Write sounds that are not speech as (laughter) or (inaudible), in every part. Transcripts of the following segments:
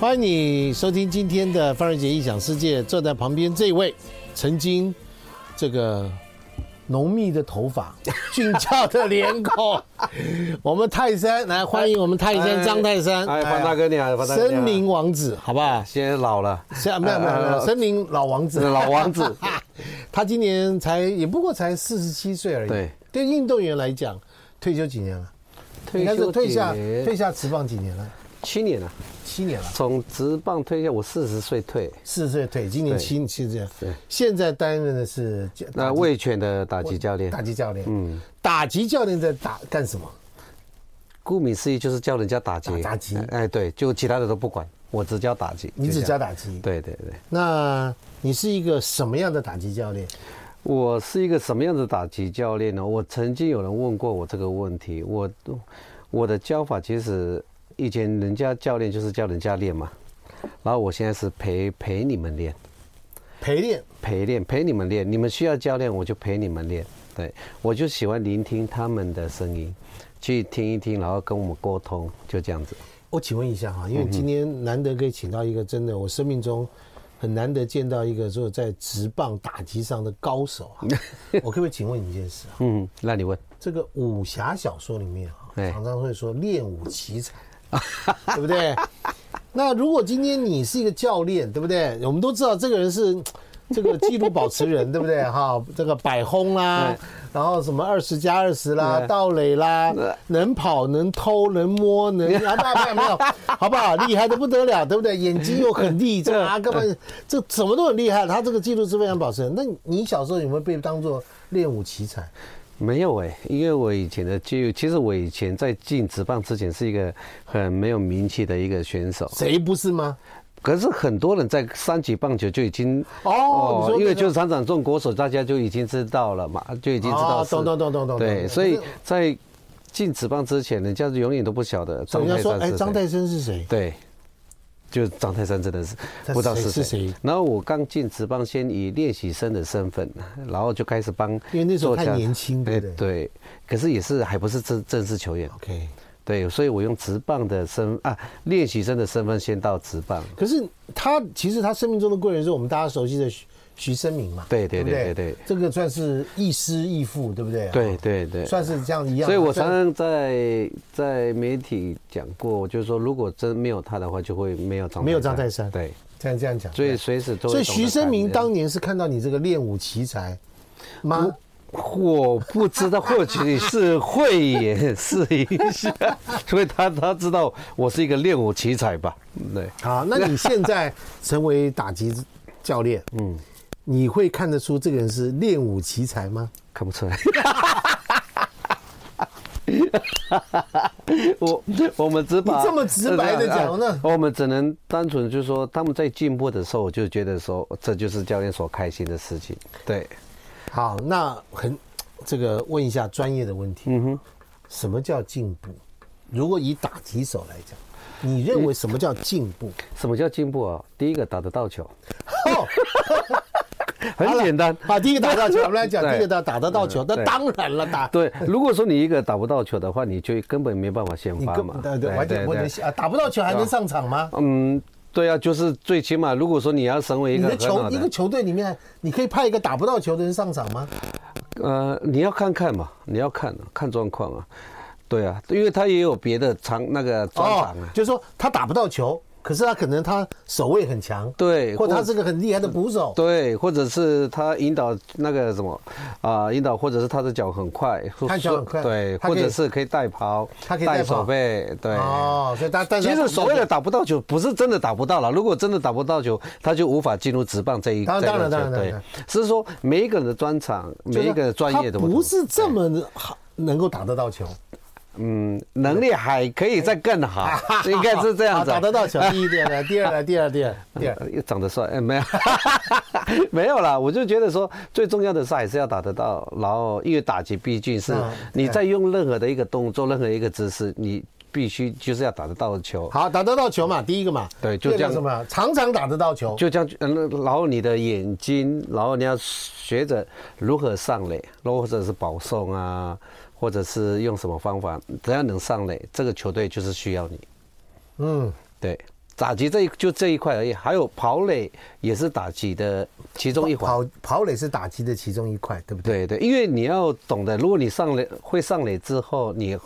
欢迎你收听今天的范瑞杰异想世界。坐在旁边这位，曾经这个浓密的头发、俊俏的脸 (laughs) 孔，我们泰山来欢迎我们泰山张泰山，哎，范大哥你好，范大哥你好森林王子，好不好？现在老了，是啊，没有没哎有没有，森林老王子，老王子 (laughs) 他今年才也不过才四十七岁而已。对，对运动员来讲，退休几年了？应退该是休退下几年退下职棒几年了？七年了，七年了，从职棒退下，我四十岁退，四十岁退，今年对七七十岁对。现在担任的是那卫权的打击教练打，击教练。嗯，打击教练在打干什么？顾名思义就是教人家打击，打打击哎，对，就其他的都不管，我只教打击，你就只这教样，打击。。对对对，那你是一个什么样的打击教练？我是一个什么样的打击教练呢？我曾经有人问过我这个问题，我我的教法其实以前人家教练就是教人家练嘛，然后我现在是陪陪你们练。陪练。陪练，陪你们练。你们需要教练，我就陪你们练。对，我就喜欢聆听他们的声音，去听一听，然后跟我们沟通，就这样子。我请问一下哈，因嗯为今天难得可以请到一个真的，我生命中很难得见到一个说在直棒打击上的高手 (laughs) 啊。我可不可以请问你一件事啊？嗯，那你问，这个武侠小说里面啊，哎常常会说练武奇才， (laughs) 对不对？那如果今天你是一个教练，对不对？我们都知道这个人是这个纪录保持人，对不对？ (laughs) 哈，这个百轰啦对，然后什么二十加二十啦，对盗垒啦对，能跑能偷能摸 (laughs) 能啊，没有没有没有，好不好？厉害的不得了，对不对？眼睛又很利，这个啊根本这什么都很厉害，他这个记录是非常保持人。那你小时候有没有被当做练武奇才？没有哎、因为我以前的记录，其实我以前在进职棒之前是一个很没有名气的一个选手，谁不是吗？可是很多人在三级棒球就已经哦你说因那为个就是常常中国手，大家就已经知道了嘛，就已经知道哦是。懂懂懂懂懂懂对，懂所以可是在进职棒之前，人家永远都不晓得张人家泰说，山哎，是张谁。泰生是谁？对，就是张泰山真的是他不知道是是谁。谁然后我刚进职棒，先以练习生的身份，然后就开始帮做教，因为那时候太年轻对哎不对对，可是也是还不是正正式球员， OK，对，所以我用职棒的身啊练习生的身份先到职棒。可是他其实他生命中的贵人是我们大家熟悉的徐徐生明嘛？对对不对对对这个算是亦师亦父，对不对？啊对对对算是这样一样。啊所以我算常常在在媒体讲过，就是说，如果真没有他的话，就会没有张没有张泰山对，这样这样讲。所以对随时都会所以懂得徐呃生明感恩当年是看到你这个练武奇才吗？我不知道，或许是慧眼识一下，所以他他知道我是一个练武奇才吧？嗯对，好，那你现在成为打击教练，嗯，你会看得出这个人是练武奇才吗？看不出来。我我们只把你这么直白地讲呢啊我们只能单纯就是说他们在进步的时候，我就觉得说这就是教练所开心的事情。对，好，那很这个问一下专业的问题。嗯哼，什么叫进步？如果以打击手来讲，你认为什么叫进 (laughs) 步？什么叫进步啊？第一个打得到球，哦，很简单。好，第一个打到球，我们来讲对第一个打打得到球，嗯那对当然了，打对，如果说你一个打不到球的话，你就根本没办法先你发根嘛。对对，完全不能啊，打不到球还能上场吗？嗯，对啊，就是最起码，如果说你要成为一你个的很好球一个的，球队里面，你可以派一个打不到球的人上场吗？呃，你要看看嘛，你要看看状况啊，对啊，因为他也有别的长那个专长啊，哦就是说他打不到球，可是他可能他守卫很强，对或或他是个很厉害的捕手，对，或者是他引导那个什么啊、引导或者是他的脚很快，或他脚很快对，他可或以者是可以带跑，他可以带带跑手背，对。哦，所以他但是其他实所谓的打不到球，不是真的打不到了。如果真的打不到球，他就无法进入职棒这一。当然这个当然球当然对当，是说每一个人的专长，每一个人专业的他不是这么好能够打得到球，嗯，能力还可以再更好，应该是这样子。哎啊啊好打得 (laughs) 到球。第一点呢，第二呢，第二第二第二，呃又长得帅，哎，没有， (laughs) 没有啦。我就觉得说，最重要的是还是要打得到，然后因为打击毕竟是嗯你在用任何的一个动作、任何一个姿势，你必须就是要打得到球。好打得到球嘛，第一个嘛，对就第二个这样什么，啊常常打得到球，就这样，嗯，然后你的眼睛，然后你要学着如何上垒，然后或者是保送啊，或者是用什么方法，只要能上垒，这个球队就是需要你。嗯，对，打击这一就这一块而已，还有跑垒也是打击的其中一环。跑跑垒是打击的其中一块，对不对？对对，因为你要懂得，如果你上垒会上垒之后，你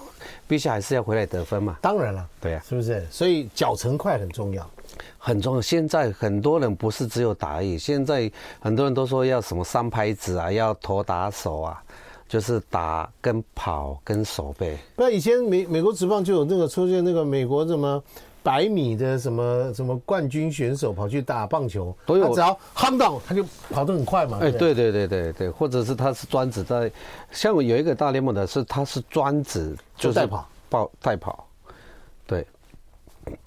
必须还是要回来得分嘛，当然了，对啊是不是？所以脚程快很重要。很重要。现在很多人不是只有打而已，现在很多人都说要什么三拍子啊，要投打手啊，就是打跟跑跟手背。不然以前美美国职棒就有那个出现那个美国什么百米的什么什么冠军选手跑去打棒球，啊都有他只要 hang down 他就跑得很快嘛。哎，不对对对对对，或者是他是专职在，像我有一个大联盟的是他是专职就代跑，报代跑，对，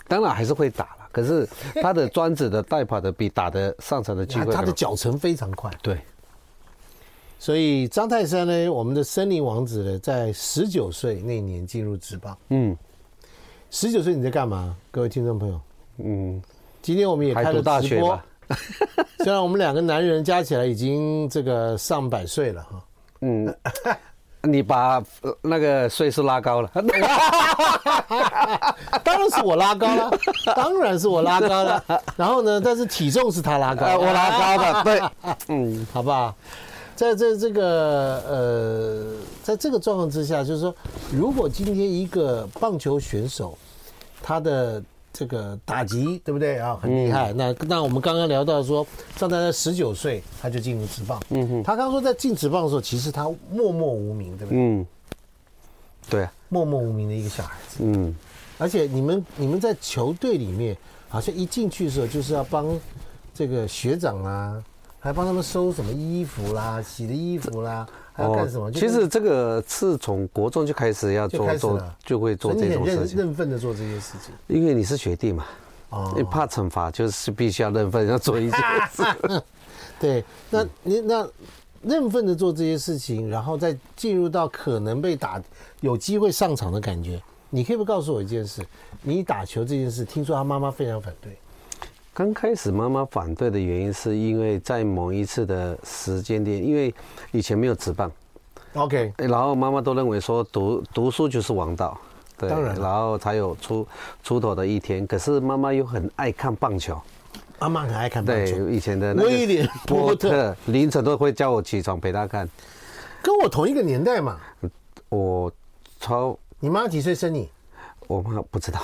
当然还是会打了，可是他的专职的代跑的比打的上场的机他会他的更脚程非常快。对所以张泰山呢，我们的森林王子呢，在十九岁那年进入职棒。嗯十九岁你在干嘛？各位听众朋友，嗯，今天我们也还开读大了直学播 (laughs) 吧，，虽然我们两个男人加起来已经这个上百岁了哈。嗯，你把呃那个岁数拉高了， (laughs) 当然是我拉高了，当然是我拉高了。然后呢，但是体重是他拉高呃的，我拉高了，对，嗯，好不好？在这这个呃，在这个状况之下，就是说，如果今天一个棒球选手，他的这个打击对不对啊，很厉害。那那我们刚刚聊到说，张丹丹十九岁他就进入职棒，嗯哼，他刚刚说在进职棒的时候，其实他默默无名，对不对？嗯，对啊，默默无名的一个小孩子，嗯，而且你们你们在球队里面，好像一进去的时候就是要帮这个学长啊，还帮他们收什么衣服啦、洗的衣服啦，还要干什么？就哦其跟实这个是从国中就开始要就开做始做了，就会做所以这你很种事认情。认份的做这些事情。因为你是学弟嘛，哦你怕惩罚，就是必须要认份，要做 (laughs) 一件事。啊对，那你那认份的做这些事情，然后再进入到可能被打、有机会上场的感觉。你可以不可以告诉我一件事？你打球这件事，听说他妈妈非常反对。刚开始妈妈反对的原因，是因为在某一次的时间点，因为以前没有职棒， OK，然后妈妈都认为说读读书就是王道，对，当然了然后才有出出头的一天。可是妈妈又很爱看棒球，妈妈很爱看棒对球，，以前的那个威廉波特凌晨都会叫我起床陪她看。跟我同一个年代嘛。我超你妈几岁生你？我妈不知道，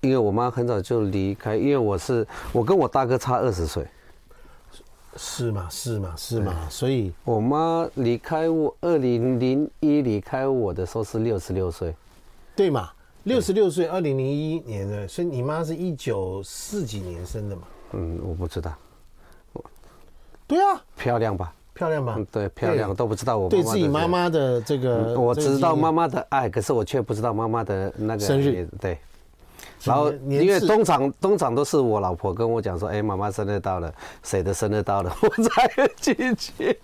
因为我妈很早就离开，因为我是我跟我大哥差二十岁，是嘛是嘛是嘛，哎所以我妈离开我二零零一离开我的时候是六十六岁，对嘛，六十六岁，二零零一年的，所以你妈是一九四几年生的嘛？嗯，我不知道，对啊，漂亮吧？漂亮吧嗯，？对，漂亮都不知道我妈对妈自己的嗯妈妈的这个，我这个知道经历妈妈的爱，可是我却不知道妈妈的那个生日也对。然后，年因为次通常通常都是我老婆跟我讲说：“哎，妈妈生日到了，谁的生日到了，我 (laughs) 才进去。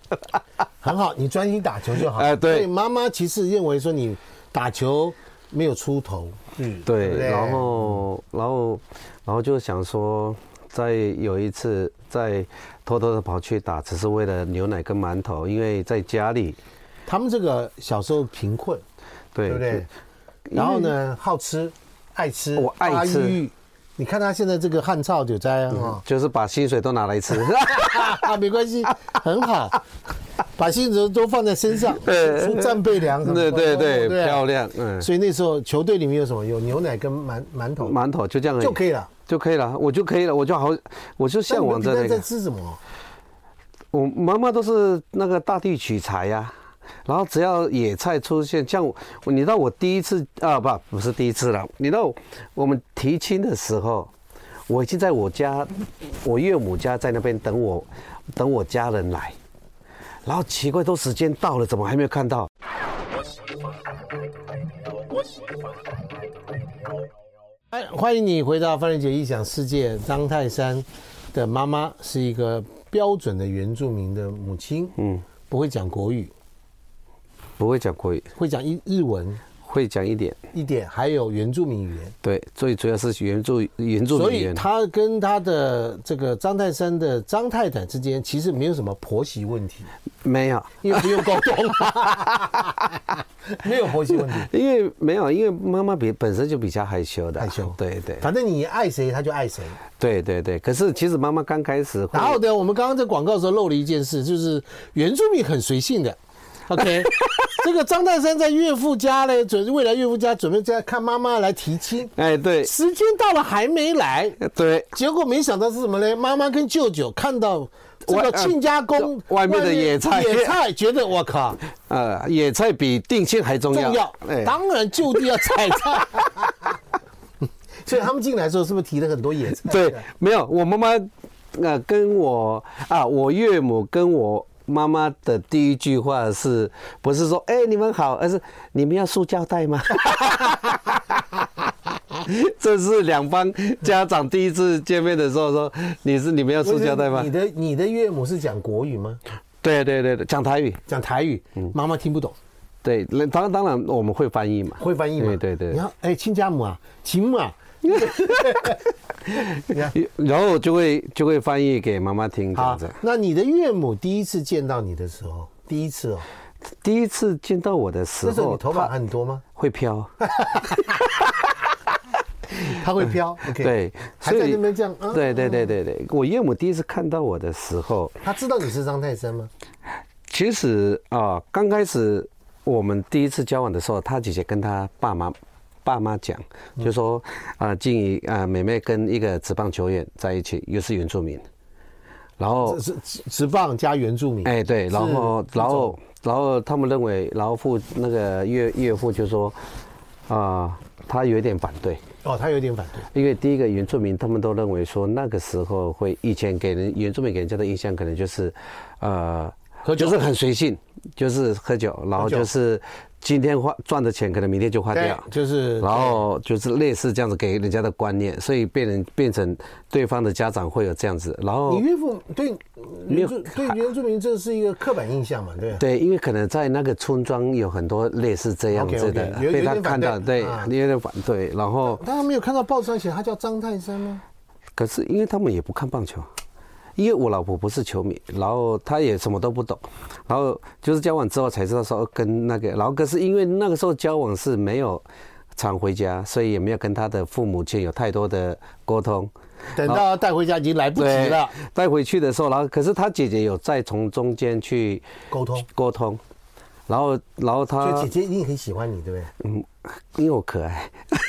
很好，你专心打球就好。哎对所以妈妈其实认为说你打球没有出头，嗯，对，不对然后，然后，然后就想说，在有一次在偷偷的跑去打，只是为了牛奶跟馒头，因为在家里，他们这个小时候贫困，对对不对？然后呢，好吃，爱吃，我爱发吃嗯育。你看他现在这个汉操就在啊，哈就是把薪水都 (laughs) 拿来吃，啊， (laughs) 没关系，很好，把薪水都放在身上，出战备粮什么对的，对对，啊漂。亮，嗯，所以那时候球队里面有什么？有牛奶跟馒馒头馒头就这样而已就可以了。就可以了，我就可以了，我就好，我就向往着那那你在个。吃什么？我妈妈都是那个大地取材呀、然后只要野菜出现，像我，你知道我第一次啊，不，不是第一次了，你知道我们提亲的时候，我已经在我家，我岳母家在那边等我，等我家人来，然后奇怪，都时间到了，怎么还没有看到？哎，欢迎你回到范仁杰异想世界。张泰山的妈妈是一个标准的原住民的母亲，嗯，不会讲国语，不会讲国语，会讲一日文，会讲一点，一点，还有原住民语言。对，最主要是原著原著所语以言，他跟他的这个张泰山的张太太之间，其实没有什么婆媳问题，没有，因为不用沟通， (laughs) 没有婆媳问题。因为没有，因为妈妈比本身就比较害羞的，啊害羞对对反正你爱谁，他就爱谁。对对对。可是其实妈妈刚开始会，然后呢，我们刚刚在广告的时候漏了一件事，就是原住民很随性的。OK，这个张泰山在岳父家嘞，准未来岳父家准备在看妈妈来提亲，哎，对时间到了还没来，对，结果没想到是什么呢？妈妈跟舅舅看到这外个呃亲家公外面的野菜野菜觉得我 (laughs) 靠呃，野菜比定亲还重要，哎重要，当然就地要采菜。 (laughs) (laughs) 所以他们进来的时候是不是提了很多野菜？对，没有，我妈妈呃跟我啊，我岳母跟我妈妈的第一句话是不是说哎、你们好，而是你们要塑胶袋吗？ (laughs) 这是两方家长第一次见面的时候说你是你们要塑胶袋吗你？的你的岳母是讲国语吗？对对对对，讲台语。讲台语，嗯妈妈听不懂，对，那当当然我们会翻译嘛，会翻译吗？对对对你看，哎，亲家母啊，亲母啊，然后就会就会翻译给妈妈听这样好子。，那你的岳母第一次见到你的时候，第一次哦，第一次见到我的时那时候候，你头发很多吗？会飘，它会 (laughs) 飘，OK，对，还在那边这样啊对对对对对，我岳母第一次看到我的时候，他知道你是张泰山吗？其实啊，刚开始我们第一次交往的时候，她姐姐跟她爸妈。爸妈讲，嗯就说啊，静怡啊，妹妹跟一个职棒球员在一起，又是原住民，然后是直直棒加原住民，哎对，然后是然后然后他们认为，然后父那个岳岳父就说啊，他有一点反对，哦，他有点反对，因为第一个原住民，他们都认为说那个时候会以前给人原住民给人家的印象可能就是，呃，喝酒就是很随性，就是喝酒，然后就是今天花赚的钱可能明天就花对掉，，哎就是然后就是类似这样子给人家的观念，所以变人变成对方的家长会有这样子，然后你岳父对没原有住对原住民这是一个刻板印象嘛？对啊，对，因为可能在那个村庄有很多类似这样子的 OK，OK，有被有他点看到，反对对啊，有点反对，然后大家没有看到报纸上写他叫张泰山吗？可是因为他们也不看棒球，啊因为我老婆不是球迷，然后她也什么都不懂，然后就是交往之后才知道说哦跟那个，然后可是因为那个时候交往是没有常回家，所以也没有跟她的父母亲有太多的沟通。啊等到带回家已经来不及了，带回去的时候，然后可是她姐姐有再从中间去沟通，沟通，然后然后她所以姐姐一定很喜欢你，对不对？因为我可爱。 (laughs)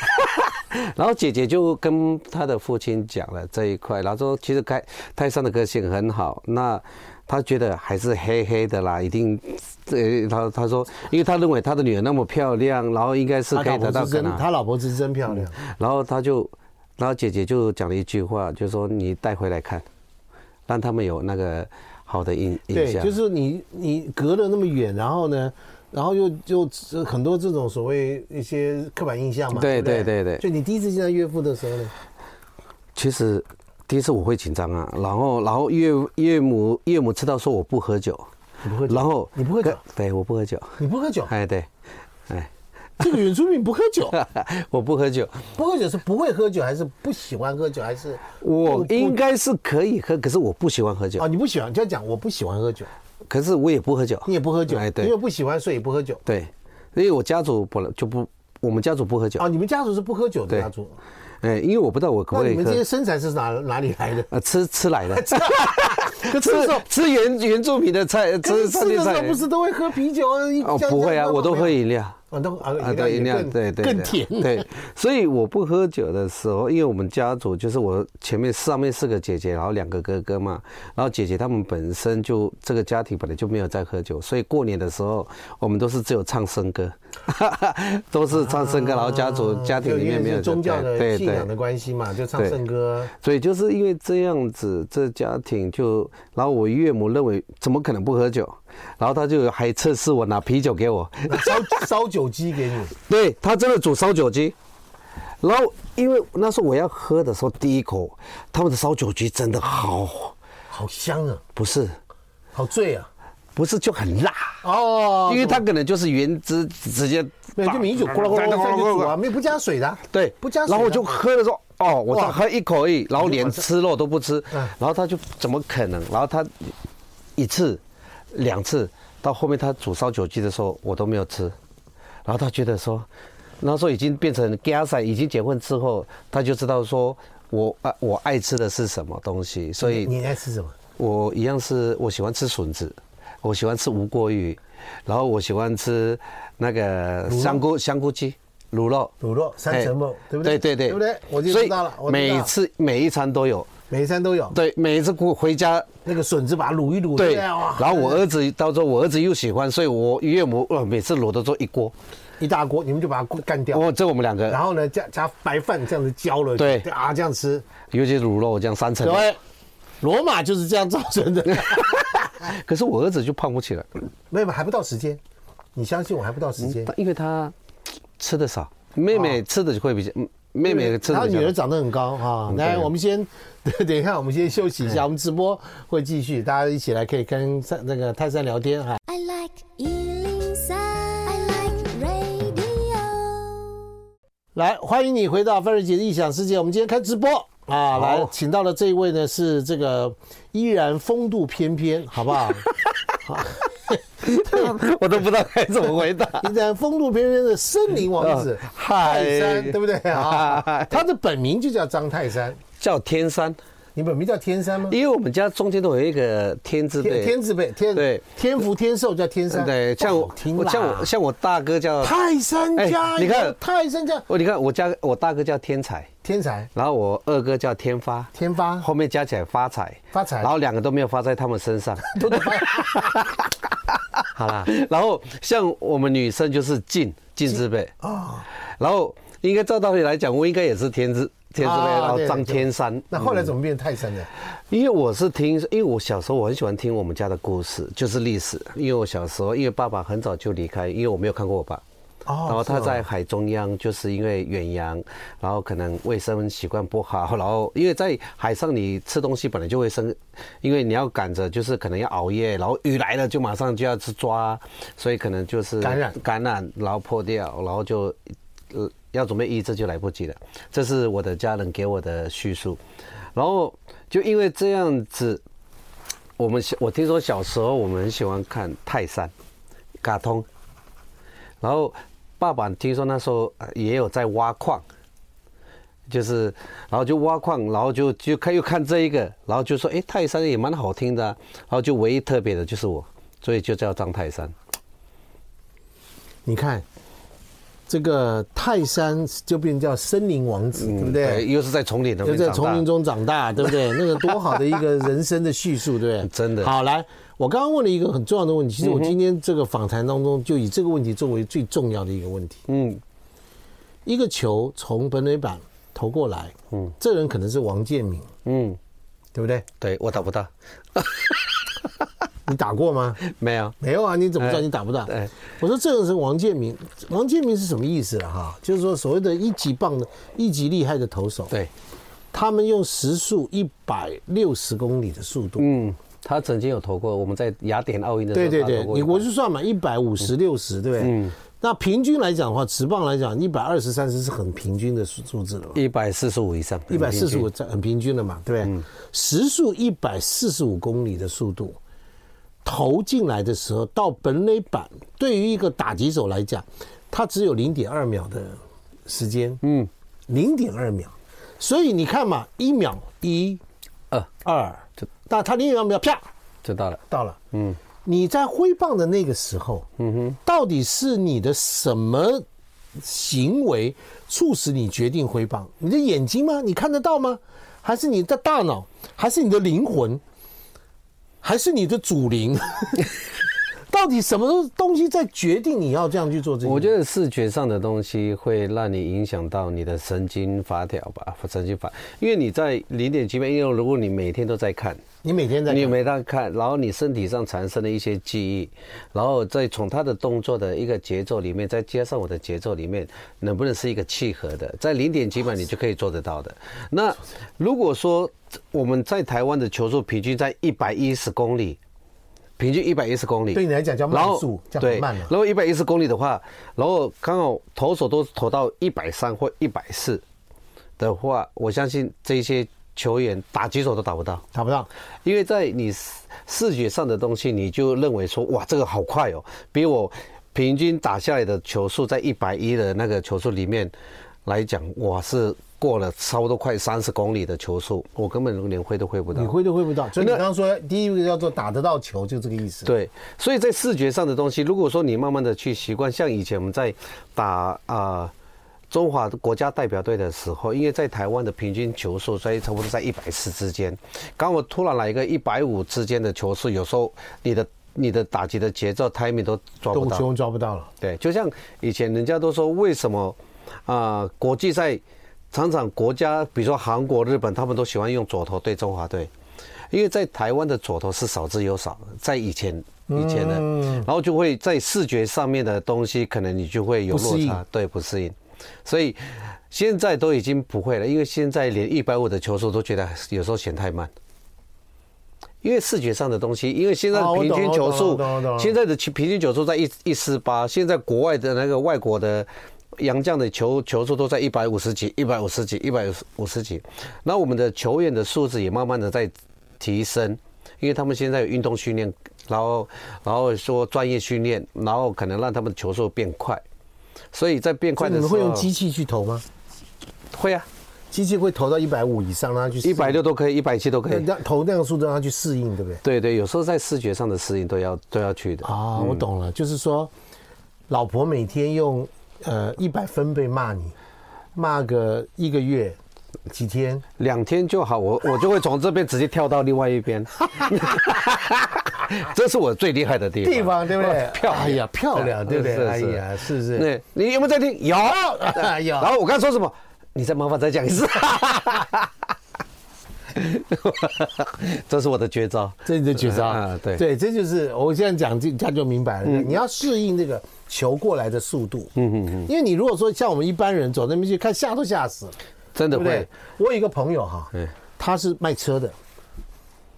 然后姐姐就跟她的父亲讲了这一块，然后说其实开泰山的个性很好，那他觉得还是黑黑的啦，一定，呃，他他说，因为他认为他的女儿那么漂亮，然后应该是他可啊嗯老以得婆到是肯真，定。他老婆是真漂亮，然后他就，然后姐姐就讲了一句话，就说你带回来看，让他们有那个好的印印对，象。就是你你隔了那么远，然后呢，然后又又呃很多这种所谓一些刻板印象嘛，对不对对对对就你第一次见到岳父的时候呢，其实第一次我会紧张啊，然后然后岳岳母岳母知道说我不喝酒，你不会，然后你不喝酒可对，我不喝酒。你不喝酒，哎，对，哎， (laughs) 这个原住民不喝酒，我 (laughs) 不喝酒，不喝酒是不会喝酒，还是不喜欢喝酒，还是我应该是可以喝，可是我不喜欢喝酒 (laughs) 哦，，你不喜欢，就要讲我不喜欢喝酒，可是我也不喝酒，你也不喝酒，哎，因为对不喜欢，所以不喝酒。对，因为我家族本来就不，我们家族不喝酒哦，，你们家族是不喝酒的对家族，哎，因为我不知道我可那不你可以们这喝些，身材是哪哪里 (laughs) 来的？呃，吃 (laughs) 吃来的，可吃吃的时候，吃原原住民的菜，可是吃吃的时候菜不是都会喝啤酒啊？一哦，这样不会这啊，样我都喝没有饮料。啊，都 (laughs) 啊啊，饮料对，也饮料，更对对，更对甜对，所以我不喝酒的时候，因为我们家族就是我前面上面四个姐姐，然后两个哥哥嘛，然后姐姐她们本身就这个家庭本来就没有在喝酒，所以过年的时候我们都是只有唱生歌， (laughs) 都是唱生啊歌，然后家族家庭里面没就因为有是酒宗教对的对信仰的关系嘛，就唱对圣歌。所以就是因为这样子，这家庭就，然后我岳母认为怎么可能不喝酒，然后她就还测试我拿啤酒给我，烧烧酒鸡给你，对他真的煮烧酒鸡，然后因为那时候我要喝的时候，第一口他们的烧酒鸡真的好，好香啊，不是 (laughs) 好醉啊！不是就很辣，哦，因为它可能就是原汁直接对，打就米酒咕噜咕噜咕噜咕噜就煮啊，没有不加水的啊，对，不加水的。然后我就喝的时候，哦，我哇嗯再喝一口而已，然后连吃肉都不吃，然后他就怎么可能？然后他一次、两次，到后面他煮烧酒鸡的时候，我都没有吃，然后他觉得说，那时候已经变成 g a s 已经结婚之后，他就知道说我啊我爱吃的是什么东西，所以嗯你爱吃什么？我一样是我喜欢吃笋子，我喜欢吃无锅鱼，然后我喜欢吃那个香菇香菇鸡卤肉卤肉三层肉哎，对不对？对对对，对不对？我就知道了，我所以知道了每次每一餐都有，每一餐都有对，每一次回回家。那个笋子，把它卤一卤，对，这样哇然后我儿子到时候我儿子又喜欢，所以我岳母哇每次卤都做一锅，一大锅，你们就把它干掉，哦，这我们两个然，后呢加加白饭这样子浇了，对啊这样吃，尤其是卤肉这样三层各。位，罗马就是这样造成的， (laughs) 可是我儿子就胖不起来，没有还不到时间，你相信我还不到时间，因为他吃的少，妹妹吃的就会比较，嗯妹妹哦吃然后的比较女儿长得很高嗯哈。来，我们先 (laughs) 等一下，我们先休息一哎下，我们直播会继续，大家一起来可以跟三那个泰山聊天哈。 I like Ealing Sound. I like radio. 来，欢迎你回到范瑞杰的异想世界。我们今天开直播啊，来，请到的这一位呢是这个依然风度翩翩，好不 (laughs) 好？我都不知道该怎 (laughs) 么回答。依然风度翩翩的森林王 (laughs) 子呃嗨泰山， (laughs) 对不对啊嗨？他的本名就叫张泰山，叫天山，你本名叫天山吗？因为我们家中间都有一个天字天辈。天字辈，天对天福天寿叫天山，哦对，像不我好啊听，我啦像我像我大哥叫，泰山家，哎你看泰山家我你看我家我大哥叫天才，天才然后我二哥叫天发，天发后面加起来发财，发财然后两个都没有发在他们身上。都得发 (laughs) 好啦，然后像我们女生就是静静字辈哦啊，然后应该照道理来讲，我应该也是天字天字辈，啊然后对张对对天山。嗯那后来怎么变泰山的？因为我是听，因为我小时候我很喜欢听我们家的故事，就是历史。因为我小时候，因为爸爸很早就离开，因为我没有看过我爸。哦然后他是哦在海中央，就是因为远洋，然后可能卫生习惯不好，然后因为在海上你吃东西本来就会生，因为你要赶着就是可能要熬夜，然后雨来了就马上就要去抓，所以可能就 (laughs) 是感染感染，然后破掉，然后就呃要准备医治就来不及了。这是我的家人给我的叙述，然后就因为这样子，我们小我听说小时候我们很喜欢看泰山，卡通，然后爸爸听说那时候呃也有在挖矿。就是，然后就挖矿，然后就就看又看这一个，然后就说，哎，泰山也蛮好听的啊、然后就唯一特别的就是我，所以就叫张泰山。你看这个泰山就变叫森林王子，嗯对不对？又是在丛林的，又在丛林。中长大，对不对？那个多好的一个人生的叙述，对不对？ (laughs) 真的嗯好，来，我刚刚问了一个很重要的问题，其实我今天这个访谈当中就以这个问题作为最重要的一个问题。嗯，一个球从本垒板投过来，嗯，这人可能是王建民，嗯，对不对？对我打不到，你打过吗？没有。没有啊，你怎么知道你打不打？哎我说这个是王建民，王建民是什么意思了哈？就是说所谓的一级棒的、一级厉害的投手，对，他们用时速一百六十公里的速度，嗯，他曾经有投过，我们在雅典奥运的时对候，对他对，投过你一我百就算嘛，一百五十六十，对不嗯对？那平均来讲的话，直棒来讲，一百二十三十是很平均的数数字了嘛。一百四十五以上，一百四十五很平均。嗯很平均了嘛，对不对？时速一百四十五公里的速度投进来的时候，到本垒板，对于一个打击手来讲，他只有零点二秒的时间，嗯，零点二秒，所以你看嘛，一秒一呃，二，那他零点二秒啪知道了。到了，嗯，你在挥棒的那个时候，嗯哼，到底是你的什么行为促使你决定挥棒？你的眼睛吗？你看得到吗？还是你的大脑？还是你的灵魂？还是你的祖灵？ (laughs) 到底什么东西在决定你要这样去做这件事？我得觉得视觉上的东西会让你影响到你的神经发条吧，神经发，因为你在零点几秒，因为如果你每天都在看，你每天在你看没在看，然后你身体上产生了一些记忆，然后再从他的动作的一个节奏里面，再加上我的节奏里面，能不能是一个契合的？在零点几秒你就可以做得到的。那如果说我们在台湾的球速平均在一百一十公里，平均一百一十公里，对你来讲叫慢然后速叫对，很慢啊然后一百一十公里的话，然后刚好投手都投到一百三或一百四的话，我相信这些球员打几手都打不到。打不到。因为在你视视觉上的东西，你就认为说，哇，这个好快哦，比我平均打下来的球速在一百一的那个球速里面来讲，我是过了差不多快三十公里的球速，我根本连挥都挥不到你。挥都挥不到，所以你那刚刚说第一个叫做打得到球，就这个意思。对，所以在视觉上的东西，如果说你慢慢的去习惯，像以前我们在打啊、呃中华国家代表队的时候，因为在台湾的平均球速在差不多在一百四之间，刚我突然来一个一百五之间的球速，有时候你的你的打击的节奏 timing 都抓不动到。球抓不到了，对，就像以前人家都说，为什么啊、呃国际赛常常国家，比如说韩国、日本，他们都喜欢用左投对中华队，因为在台湾的左投是少之又少，在以前嗯以前的，然后就会在视觉上面的东西，可能你就会有不适落应差，对，不适应，所以。现在都已经不会了，因为现在连一百五的球速都觉得有时候显太慢，因为视觉上的东西，因为现在哦我懂平均球我懂我速懂我懂，现在的其平均球速在一一四八，现在国外的那个外国的洋将的球球速都在一百五十几、一百五十几、一百五十几，那我们的球员的素质也慢慢的在提升，因为他们现在有运动训练，然后然后说专业训练，然后可能让他们的球速变快，所以在变所快以的你们时候会用机器去投吗？会啊，机器会投到一百五以上，让它去适一应百六都可以，一百七都可以。让投那样速度让它去适应，对不对？对对，有时候在视觉上的适应都要都要去的。啊，我懂了，就是说，老婆每天用呃一百分贝骂你，骂个一个月几天，两天就好，我我就会从这边直接跳到另外 (laughs) 一边，这是我最厉害的地 (laughs) 方。地方对不对？漂亮哎呀，漂亮，对不是对？是哎呀，是不是？对，你有没有在听？有。哎呀 (laughs) 然后我刚说什么？你再麻烦再讲一次。 (laughs) 这是我的绝招。这你的绝招啊对对，这就是我现在讲，这家就明白了。你要适应这个球过来的速度，嗯嗯嗯，因为你如果说像我们一般人走那边去看，吓都吓死了，真的对不对会。？我有一个朋友哈嗯，他是卖车的，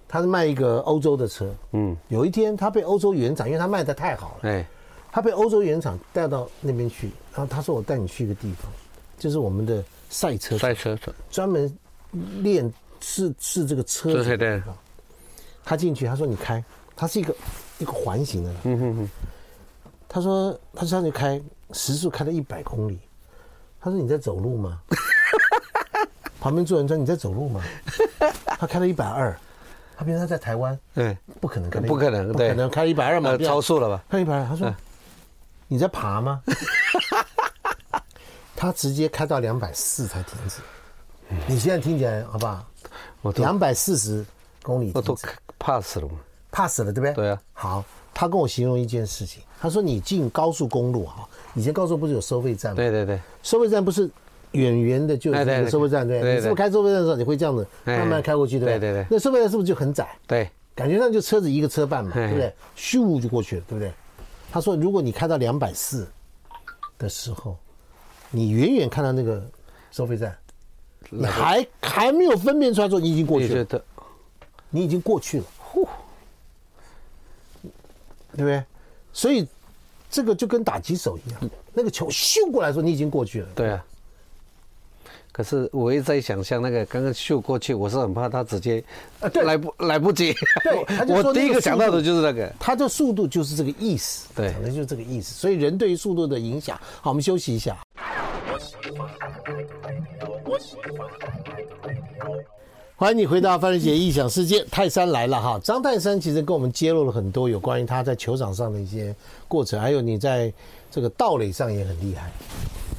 他是卖一个欧洲的车，嗯，有一天他被欧洲原厂，因为他卖的太好了，哎，他被欧洲原厂带到那边去，然后他说我带你去一个地方，就是我们的赛车场，赛车手，专门练试试这个车对子对对，他进去，他说你开，它是一个一个环形的。嗯哼哼。他说，他上去开时速开到一百公里，他说你在走路吗？ (laughs) 旁边坐人说你在走路吗？ (laughs) 他开到一百二，他平常在台湾哎，不可能开到120，不可能不对可能开一百二嘛呃，，超速了吧？开一百二。他嗯说你在爬吗？ (laughs) 他直接开到两百四才停止。你现在听起来好不好？我都两百四十公里我停都止。怕死了嘛。怕死了，对不对？对啊。好，他跟我形容一件事情，他说你进高速公路哈，以前高速不是有收费站吗？对对对，收费站不是远远的就有哎一对个收费站，对不对对？对你是不是开收费站的时候你会这样子哎慢慢开过去，对不对对对那收费站是不是就很窄？对，感觉上就车子一个车半嘛，哎对不对？咻就过去了，对不对？他说如果你开到两百四的时候，你远远看到那个收费站，你还还没有分辨出来说你已经过你去了觉，得你已经过去了，对不对？所以这个就跟打击手一样，那个球咻过来的时候，你已经过去了。对啊。可是我一直在想象那个刚刚秀过去，我是很怕他直接啊对来不来不及。 (laughs) 对他就说我第一那个个想速度到的就是那个。它的速度就是这个意思，对讲的就是这个意思。所以人对于速度的影响，好，我们休息一下。欢迎你回到范仁杰异想世界。泰山来了哈，张泰山其实跟我们揭露了很多有关于他在球场上的一些过程，还有你在这个道垒上也很厉害，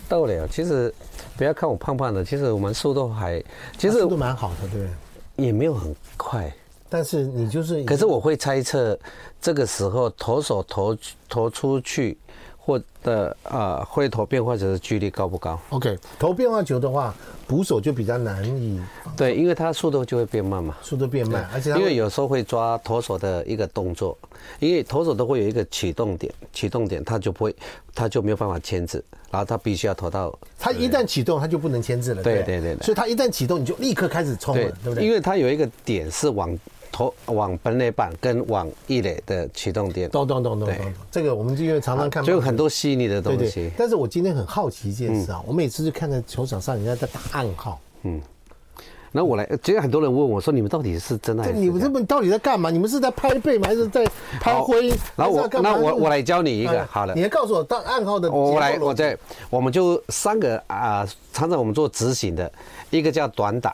到了，啊其实不要看我胖胖的，其实我们速度还，其他实啊速度蛮好的，对不对？也没有很快。但是你就是，可是我会猜测，这个时候投手投投出去，或者呃会投变化球的距离高不高？ OK 投变化球的话，捕手就比较难以对，因为它速度就会变慢嘛。速度变啊慢，而且他因为有时候会抓投手的一个动作，因为投手都会有一个启动点，启动点他就不会，他就没有办法牵制，然后他必须要投到，他一旦启动，他就不能牵制了，对不对对对所以他一旦启动，你就立刻开始冲了，对不对？因为为他有一个点是往投往本垒板跟往一垒的启动点，懂懂懂懂对啊懂懂，这个我们因为常常看棒球，就有很多细腻的东对对西。。嗯但是我今天很好奇一件事啊，我每次就看在球场上人家在打暗号，然后我来，其实很多人问我说：“你们到底是真的还这哎是哎你们假这的么到底在干嘛？你们是在拍背吗？还是在拍好灰？然还后是在我，干嘛那我我来教你一一个好的你。来告诉我，当暗号的我我来，结构逻辑我在，我们就三个啊、常常我们做执行的，一个叫短打，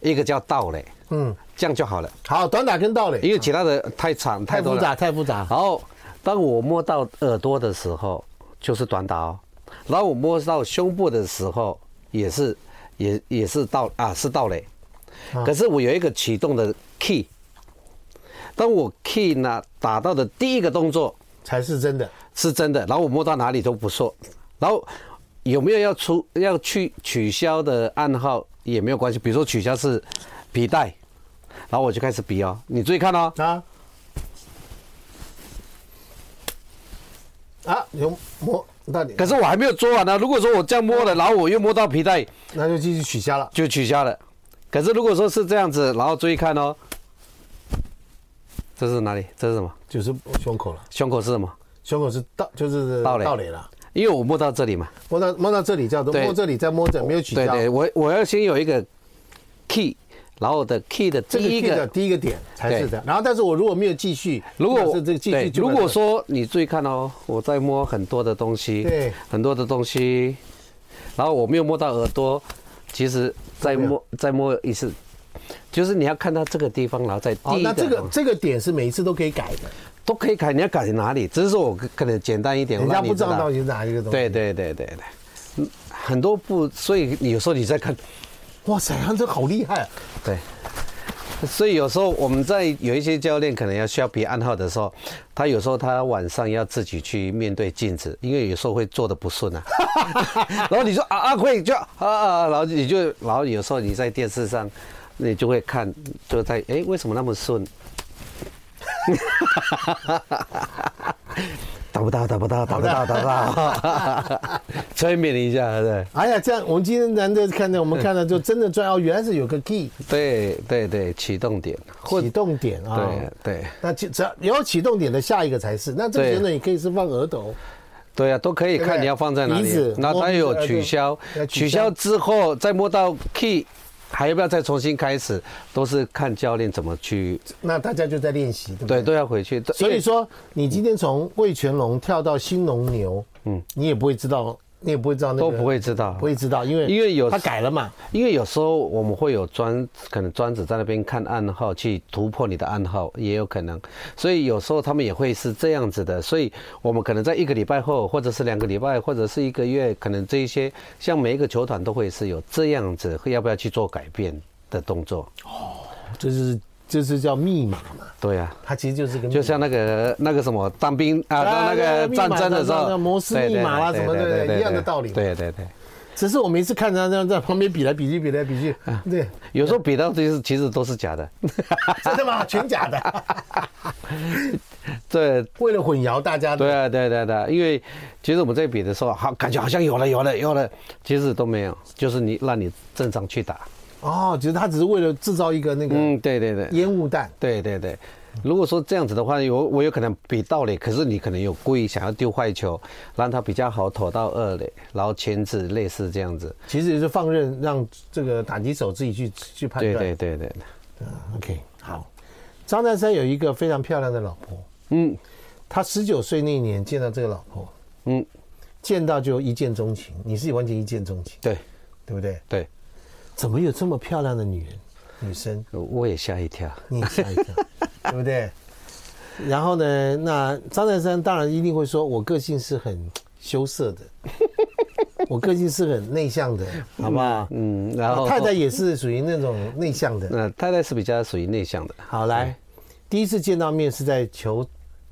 一个叫倒垒，嗯，这样就好了，好短打跟道理，因为其他的太长太多复了。杂太复杂。然后当我摸到耳朵的时候，就是短打哦。然后我摸到胸部的时候，也是也也是到啊是到嘞。啊可是我有一个启动的 key，当我 key 呢打到的第一个动作才是真的。是真的，然后我摸到哪里都不错，然后有没有要出要去取消的暗号也没有关系，比如说取消是笔袋，然后我就开始比哦，你注意看哦，啊啊，有摸到你，可是我还没有做完呢、如果说我这样摸了，然后我又摸到皮带，那就继续取消了。就取消了。可是如果说是这样子，然后注意看哦，这是哪里？这是什么？就是胸口了，胸口是什么？胸口是到就是到垒到垒了，因为我摸到这里嘛。摸到摸到这里叫做对摸这里再摸这没有取消对，对，我我要先有一个 key，然后我的 key 的第这个一 key 个，的第一个点才是对这样。然后但是我如果没有继续，如果表示这个继对续就如没有果说你注意看哦，我在摸很多的东西，对很多的东西，然后我没有摸到耳朵，其实再摸再摸一次，就是你要看到这个地方，然后再第好，一个哦那这个东西这个点是每一次都可以改的，都可以改，你要改哪里？只是说我可能简单一点，人家让你不知道到底是哪一个东西。对对对对对，嗯很多部，所以你有时候你在看，哇塞，他这好厉害啊！对，所以有时候我们在有一些教练可能要需要比暗号的时候，他有时候他晚上要自己去面对镜子，因为有时候会做的不顺啊。然后你说啊啊会就啊啊，然后你就然后有时候你在电视上，你就会看，就在哎为什么那么顺？ (laughs) 打不到，打不到，打不到，打不到，催眠一下，对哎呀，这样我们今天难得看到，我们看到就真的赚哦，原来是有个 key 对对对，启动点，或启动点啊。对对那就只要有启动点的下一个才是。那这个对球呢，也可以是放额头，对啊，都可以对不对看你要放在哪鼻里子。那摸它鼻子有呃取对消要，取取消消之后再摸到 key，还要不要再重新开始？都是看教练怎么去，那大家就在练习，对不对？对，都要回去。都所以，说，你今天从味全龙跳到新农牛，嗯，你也不会知道，你也不会知道那个，都不会知道不会知道，因为因为有他改了嘛，因为有时候我们会有专，可能专职在那边看暗号去突破你的暗号，也有可能。所以有时候他们也会是这样子的。所以我们可能在一个礼拜后，或者是两个礼拜，或者是一个月，可能这一些像每一个球团都会是有这样子，会要不要去做改变的动作？这就是这是叫密码嘛，对啊。它其实就是个密码就像那个那个什么当兵啊，那个密码战争的时那候，个摩斯对密码啦对什么的对对对一样的道理嘛对对对，只是我每次看他这样在旁边比来比去，比来比去，啊对， (laughs) 有时候比到就是其实都是假的， (laughs) 真的吗？全假的，对为了混淆大家的。对啊对对对，因为其实我们在比的时候，好感觉好像有了有了有了，其实都没有，就是你让你正常去打，哦，其实他只是为了制造一个那个嗯，对对对，烟雾弹。对对对，如果说这样子的话，有我有可能比到垒，可是你可能有故意想要丢坏球，让他比较好投到二垒，然后牵制类似这样子，其实也是放任让这个打击手自己去去判对断。对对对， OK，好。张丹山有一个非常漂亮的老婆，嗯他十九岁那一年见到这个老婆，嗯，见到就一见钟情。你是完全一见钟情，对对不对？对。怎么有这么漂亮的女人、女生？我也吓一跳。你也吓一 (laughs) 跳，对不对？然后呢，那张丹山当然一定会说，我个性是很羞涩的，我个性是很内向的， (laughs) 好不好？嗯，然后啊太太，也是属于那种内向的。呃，太太是比较属于内向的。好，来，第一次见到面是在球，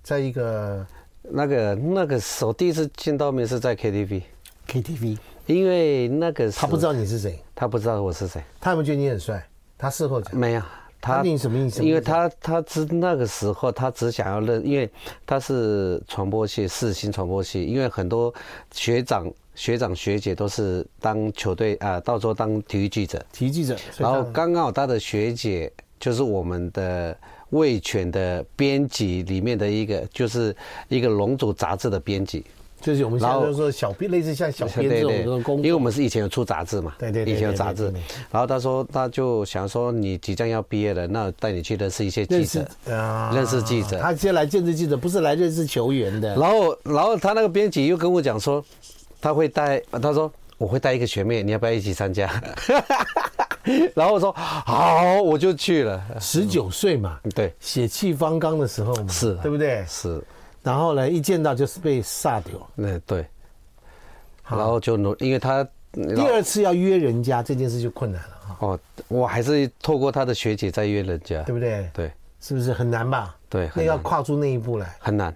在一个那个那个时候第一次见到面是在 KTV， KTV，因为那个他不知道你是谁，他不知道我是谁，他有没有觉得你很帅？他事后讲，没有。他对你什么印象因为他他只那个时候他只想要认，因为他是传播系四星传播系，因为很多学长学长学姐都是当球队啊、到时候当体育记者，体育记者，然后所以刚刚好他的学姐就是我们的味全的编辑里面的一个，就是一个龙族杂志的编辑。就是我们现在然后就说小编，类似像小编这种这种工因为我们是以前有出杂志嘛，对对对以前有对杂志对对。然后他说，他就想说，你即将要毕业了，那带你去认识一些记认者识，啊认识记者。他先来见识记者，不是来认识球员的。然后，然后他那个编辑又跟我讲说，他会带，他说我会带一个学妹，你要不要一起参加？ (laughs) 然后我说好，我就去了。十九岁嘛，对，血气方刚的时候嘛，是对不对？是，然后呢，一见到就是被煞掉了。那对。然后就努，因为他第二次要约人家这件事就困难了啊，哦，我还是透过他的学姐在约人家，对不对？对，是不是很难吧？对那很要难跨出那一步来，很难。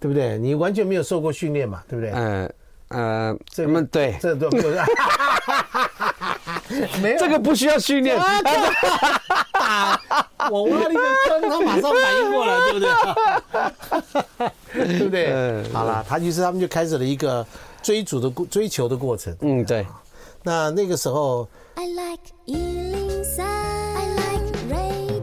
对不对？你完全没有受过训练嘛，对不对？呃呃，这这个们对，这都 (laughs) 没有啊这个不需要训练，我挖了一个坑，他马上反应过来，对不对？对不对？嗯好啦，他就是他们就开始了一个追逐的过追求的过程。嗯，对，那那个时候， I like Ealing Sound. I like radio.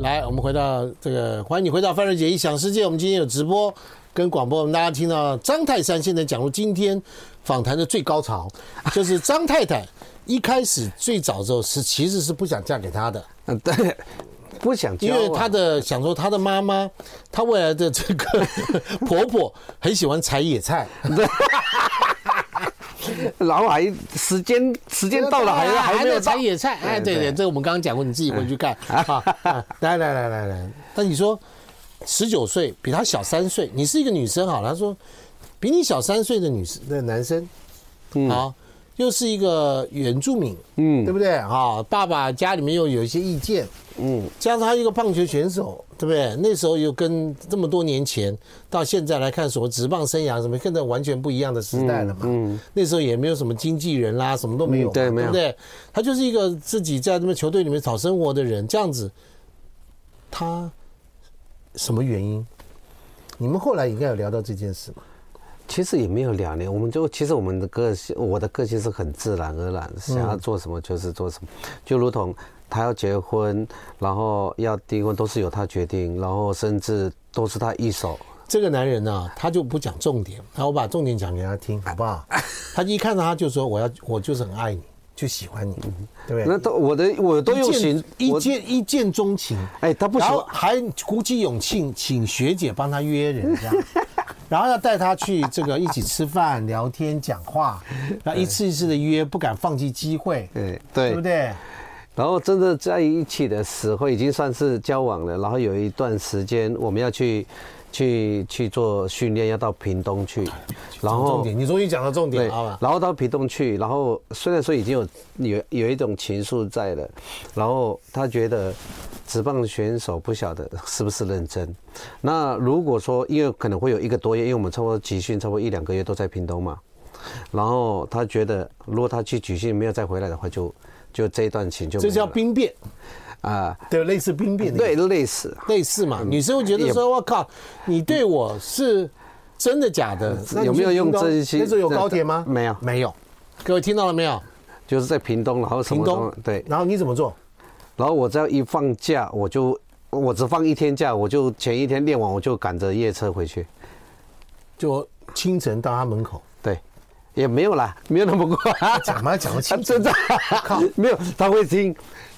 来，我们回到这个，欢迎你回到范瑞杰异想世界。我们今天有直播跟广播，我们大家听到张泰山现在讲入今天访谈的最高潮，就是张太太一开始最早的时候是其实是不想嫁给他的，嗯对， (laughs) 不想教因啊，为她的想说她的妈妈，她未来的这 (laughs) 个婆婆很喜欢采野菜，然后还时间时间到了还还没有到采，野菜，哎，对对，这个我们刚刚讲过，你自己回去 (laughs) 看啊。啊来来来来来，但你说十九岁比他小三岁，你是一个女生好了，他说比你小三岁的女生的男生，啊，又是一个原住民，嗯，对不对啊？爸爸家里面又有一些意见，嗯，加上他一个棒球选手，对不对？那时候又跟这么多年前到现在来看，所谓职棒生涯什么，现在完全不一样的时代了嘛。嗯，那时候也没有什么经纪人啦，什么都没有嘛，嗯对没有不对？他就是一个自己在那边球队里面讨生活的人，这样子，他什么原因？你们后来应该有聊到这件事嘛？其实也没有两年，我们就其实我们的个性，我的个性是很自然而然，想要做什么就是做什么，就如同他要结婚，然后要订婚都是由他决定，然后甚至都是他一手，这个男人呢、他就不讲重点，然后我把重点讲给他听，好不 (laughs) 好？他一看到他就说：“我要，我就是很爱你，就喜欢你，对不那对都我的我？”都用行，一我见一见钟情，哎他不喜然欢后还鼓起勇气请学姐帮他约人家， (laughs) 然后要带他去这个一起吃饭、聊天、讲话，然后一次一次的约，不敢放弃机会，哎对对不对？然后真的在一起的时候，已经算是交往了。然后有一段时间，我们要去去去做训练，要到屏东去。然重后点，你终于讲到重对，点，好吧？然后到屏东去。然后虽然说已经有有有一种情愫在了，然后他觉得职棒选手不晓得是不是认真。那如果说，因为可能会有一个多月，因为我们差不多集训差不多一两个月都在屏东嘛。然后他觉得，如果他去集训没有再回来的话，就就这一段情就这没叫了兵变，啊，对，类似兵变的对，类似，类似嘛，女生会觉得嗯也说：“我靠，你对我是真的假的？那你嗯有没有去用屏东真心那时候有高铁吗？没有没有。各位听到了没有？就是在屏东，然后什屏么东都对，然后你怎么做？然后我只要一放假，我就我只放一天假，我就前一天练完，我就赶着夜车回去，就清晨到他门口，对，也没有啦，没有那么快，讲 (laughs) 嘛讲不清啊真的， (laughs) 没有，他会听。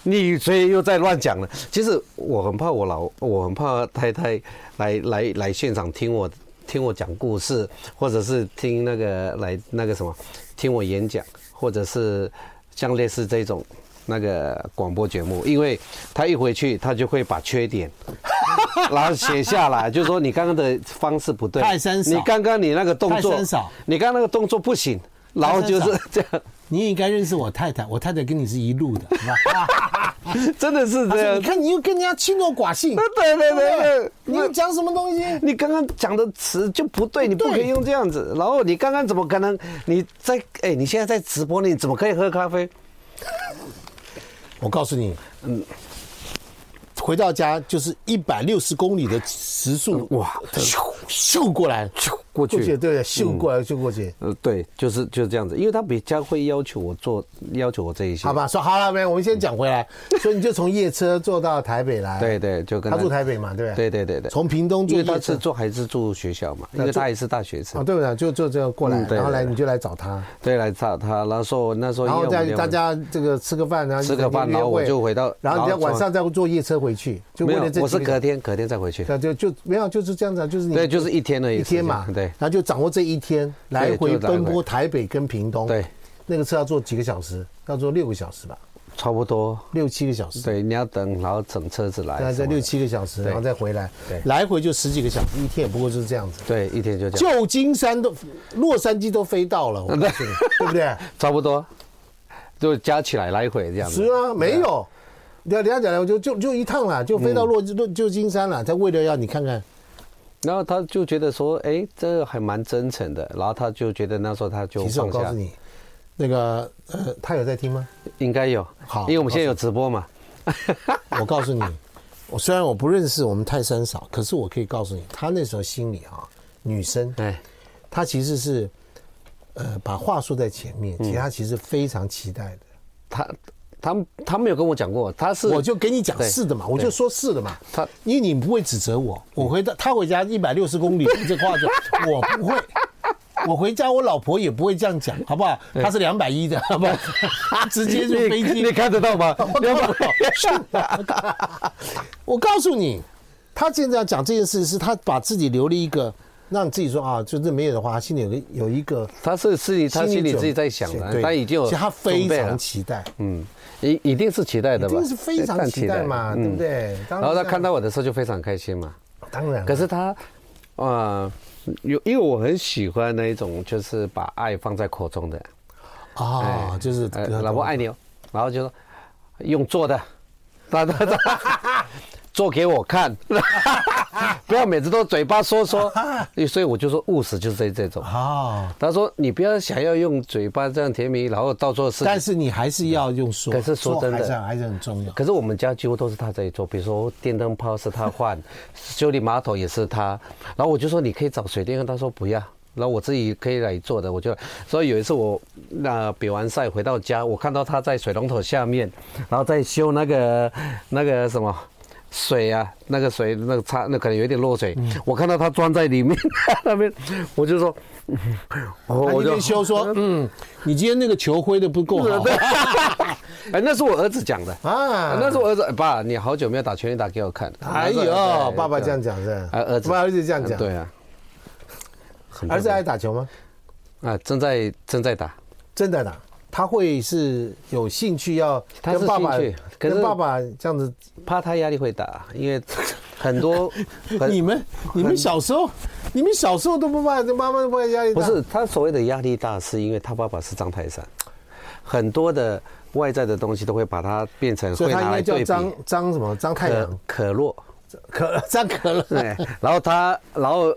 你所以又在乱讲了。其实我很怕我老，我很怕太太来来来现场听我听我讲故事，或者是听那个来那个什么，听我演讲，或者是像类似这种那个广播节目，因为他一回去，他就会把缺点 (laughs) 然后写下来，就说你刚刚的方式不对，太生少你刚刚你那个动太作生少，你刚刚那个动作不行，然后就太生是少这样。你也应该认识我太太，我太太跟你是一路的，好吧？真的是她这说样你。看你又跟人家清弱寡信，对啊 (laughs) 对对啊你又对，讲什么东西？你你刚刚讲的词就不对，你不对可以用这样子。然后你刚刚怎么可能？你在哎，你现在在直播，你怎么可以喝咖啡？我告诉你，嗯，回呃到家就是一百六十公里的时速，哇，咻咻过来，咻过过去去，嗯对，秀过来秀过去，呃，对，就是就是这样子，因为他比较会要求我做，要求我这一些。好，吧？说好了没有？我们先讲回来，所以你就从夜车坐到台北来，，嗯对对，就跟他住台北嘛，对不对？对对对对，从屏东因坐为夜他是哦车，住还是住学校嘛，因为他也是大学生啊，，对不对？就就这样过来，嗯对然后来对你就来找他，对，来找他，然后说那时候然后因为我再们大家这个吃个饭，然后吃个饭约然后我会就回到然后你然在后晚上再坐夜车回去，就没为有了这，我是几个隔天隔天再回去，那就就没有，就是这样子啊，就是你对，就是一天而已，一天嘛，时间对然后就掌握这一天来回就来回奔波台北跟屏东，对，那个车要坐几个小时，要坐六个小时吧，差不多，六七个小时，，对，你要等，然后整车子来大概啊什在么的，六七个小时，对然后再回来对，来回就十几个小时，一天也不过就是这样子。对，一天就这样，旧金山都，洛杉矶都飞到 (laughs) 了，我告诉你，对不对？差不多，就加起来来回这样是子。啊，没有。等下讲来，我就就就一趟啦，就飞嗯到洛洛旧金山了。他为了要你看看，然后他就觉得说，哎，这还蛮真诚的，然后他就觉得那时候他就其实我放告下诉，你，那个呃，他有在听吗？应该有，好因为我们现在有直播嘛，我告诉你，我虽然我不认识我们泰山嫂，可是我可以告诉你，她那时候心里啊，女生哎，她其实是，呃，把话说在前嗯面，其实她其实非常期待的。他他他没有跟我讲过，他是我就跟你讲对是的嘛，我就说是的嘛。她因为你不会指责我，我回到她回家一百六十公里，这话就我不会。我回家，我老婆也不会这样讲，好不好？她是两百一的，好不 (laughs) 好？她直接就飞你机你看得 (laughs) 到吗？我你要告把诉啊 (laughs) 我告诉你，他现在讲这件事，是他把自己留了一个，让自己说啊，就是没有的话，他心里有个有一个他是自己，他心里准自己在想的，对他已经有其实他非准备常了，期待，嗯，一一定是期待的一吧，定是非对常期待嘛，对不？嗯对？然啊然后他看到，我的时候就非常开心嘛，当然，可是他，啊，有因为我很喜欢那一种就是把爱放在口中的，啊，就是呃老婆爱你哦，然后就说用做的， (laughs) 他他他做给我看， (laughs) 不要每次都嘴巴说说，所以我就说务实就是这这种。啊，他说你不要想要用嘴巴这样甜蜜，然后到做事情但是你还是要用说，可是说真的还是还是很重要。可是我们家几乎都是他在做，比如说电灯泡是他 (laughs) 换，修理马桶也是他。然后我就说你可以找水电工，他说不要。然后我自己可以来做的，我就所以有一次我那比完赛回到家，我看到他在水龙头下面，然后在修那个那个什么水啊，那个水那个擦那可能有一点落水，嗯我看到他钻在里面 (laughs) 那边，我就说，嗯我他一我就边修说，嗯，你今天那个球挥的不够 (laughs) 好哎，那是我儿子讲的啊啊， (laughs) 那是我儿子，哎爸，你好久没有打拳击打给我看。哎对呦，对爸爸对这样讲是，啊，儿子，爸爸儿子这样啊讲，对啊，很儿子爱多打球吗？的啊，正在正在打，真的啦，他会是有兴趣要他是跟爸爸兴趣可是跟爸爸这样子。怕他压力会大，因为很 (laughs) 多很你们你们小时候，你们小时候都不怕，妈妈都不会压力不大。是他所谓的压力大，是因为他爸爸是张泰山，很多的外在的东西都会把它变成所会以他拿应来该叫对比张张什么张太可阳可洛， (laughs) 可张可乐对，然后他然后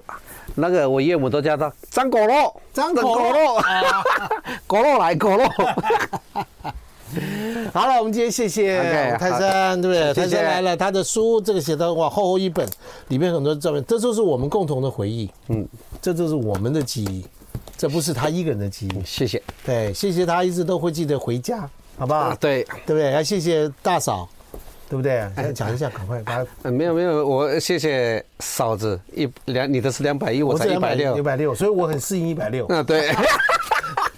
那个我岳母都叫他张果洛，张果洛洛， (laughs) 啊果洛来果洛。 (laughs) 好了，我们今天谢谢 OK，我们泰山，对不对？谢谢泰山来了，他的书这个写的哇，厚厚一本，里面很多照片，这就是我们共同的回忆。嗯，这就是我们的记忆，这不是他一个人的记忆。谢谢。对，谢谢他一直都会记得回家，好不好？啊对，对不对？要谢谢大嫂，对不对？要讲一下，赶快把呃没有没有，我谢谢嫂子一两，你的是两百一，我才一百一六。百六，所以我很适应一百六。啊，对，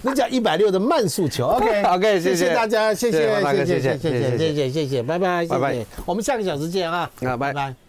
你讲一百六的慢速球，OK (laughs) OK，谢谢谢大家，谢谢谢谢王大哥谢谢谢谢谢谢谢谢谢谢谢谢，拜拜，谢拜谢拜，我们下个小时见啊，啊拜拜。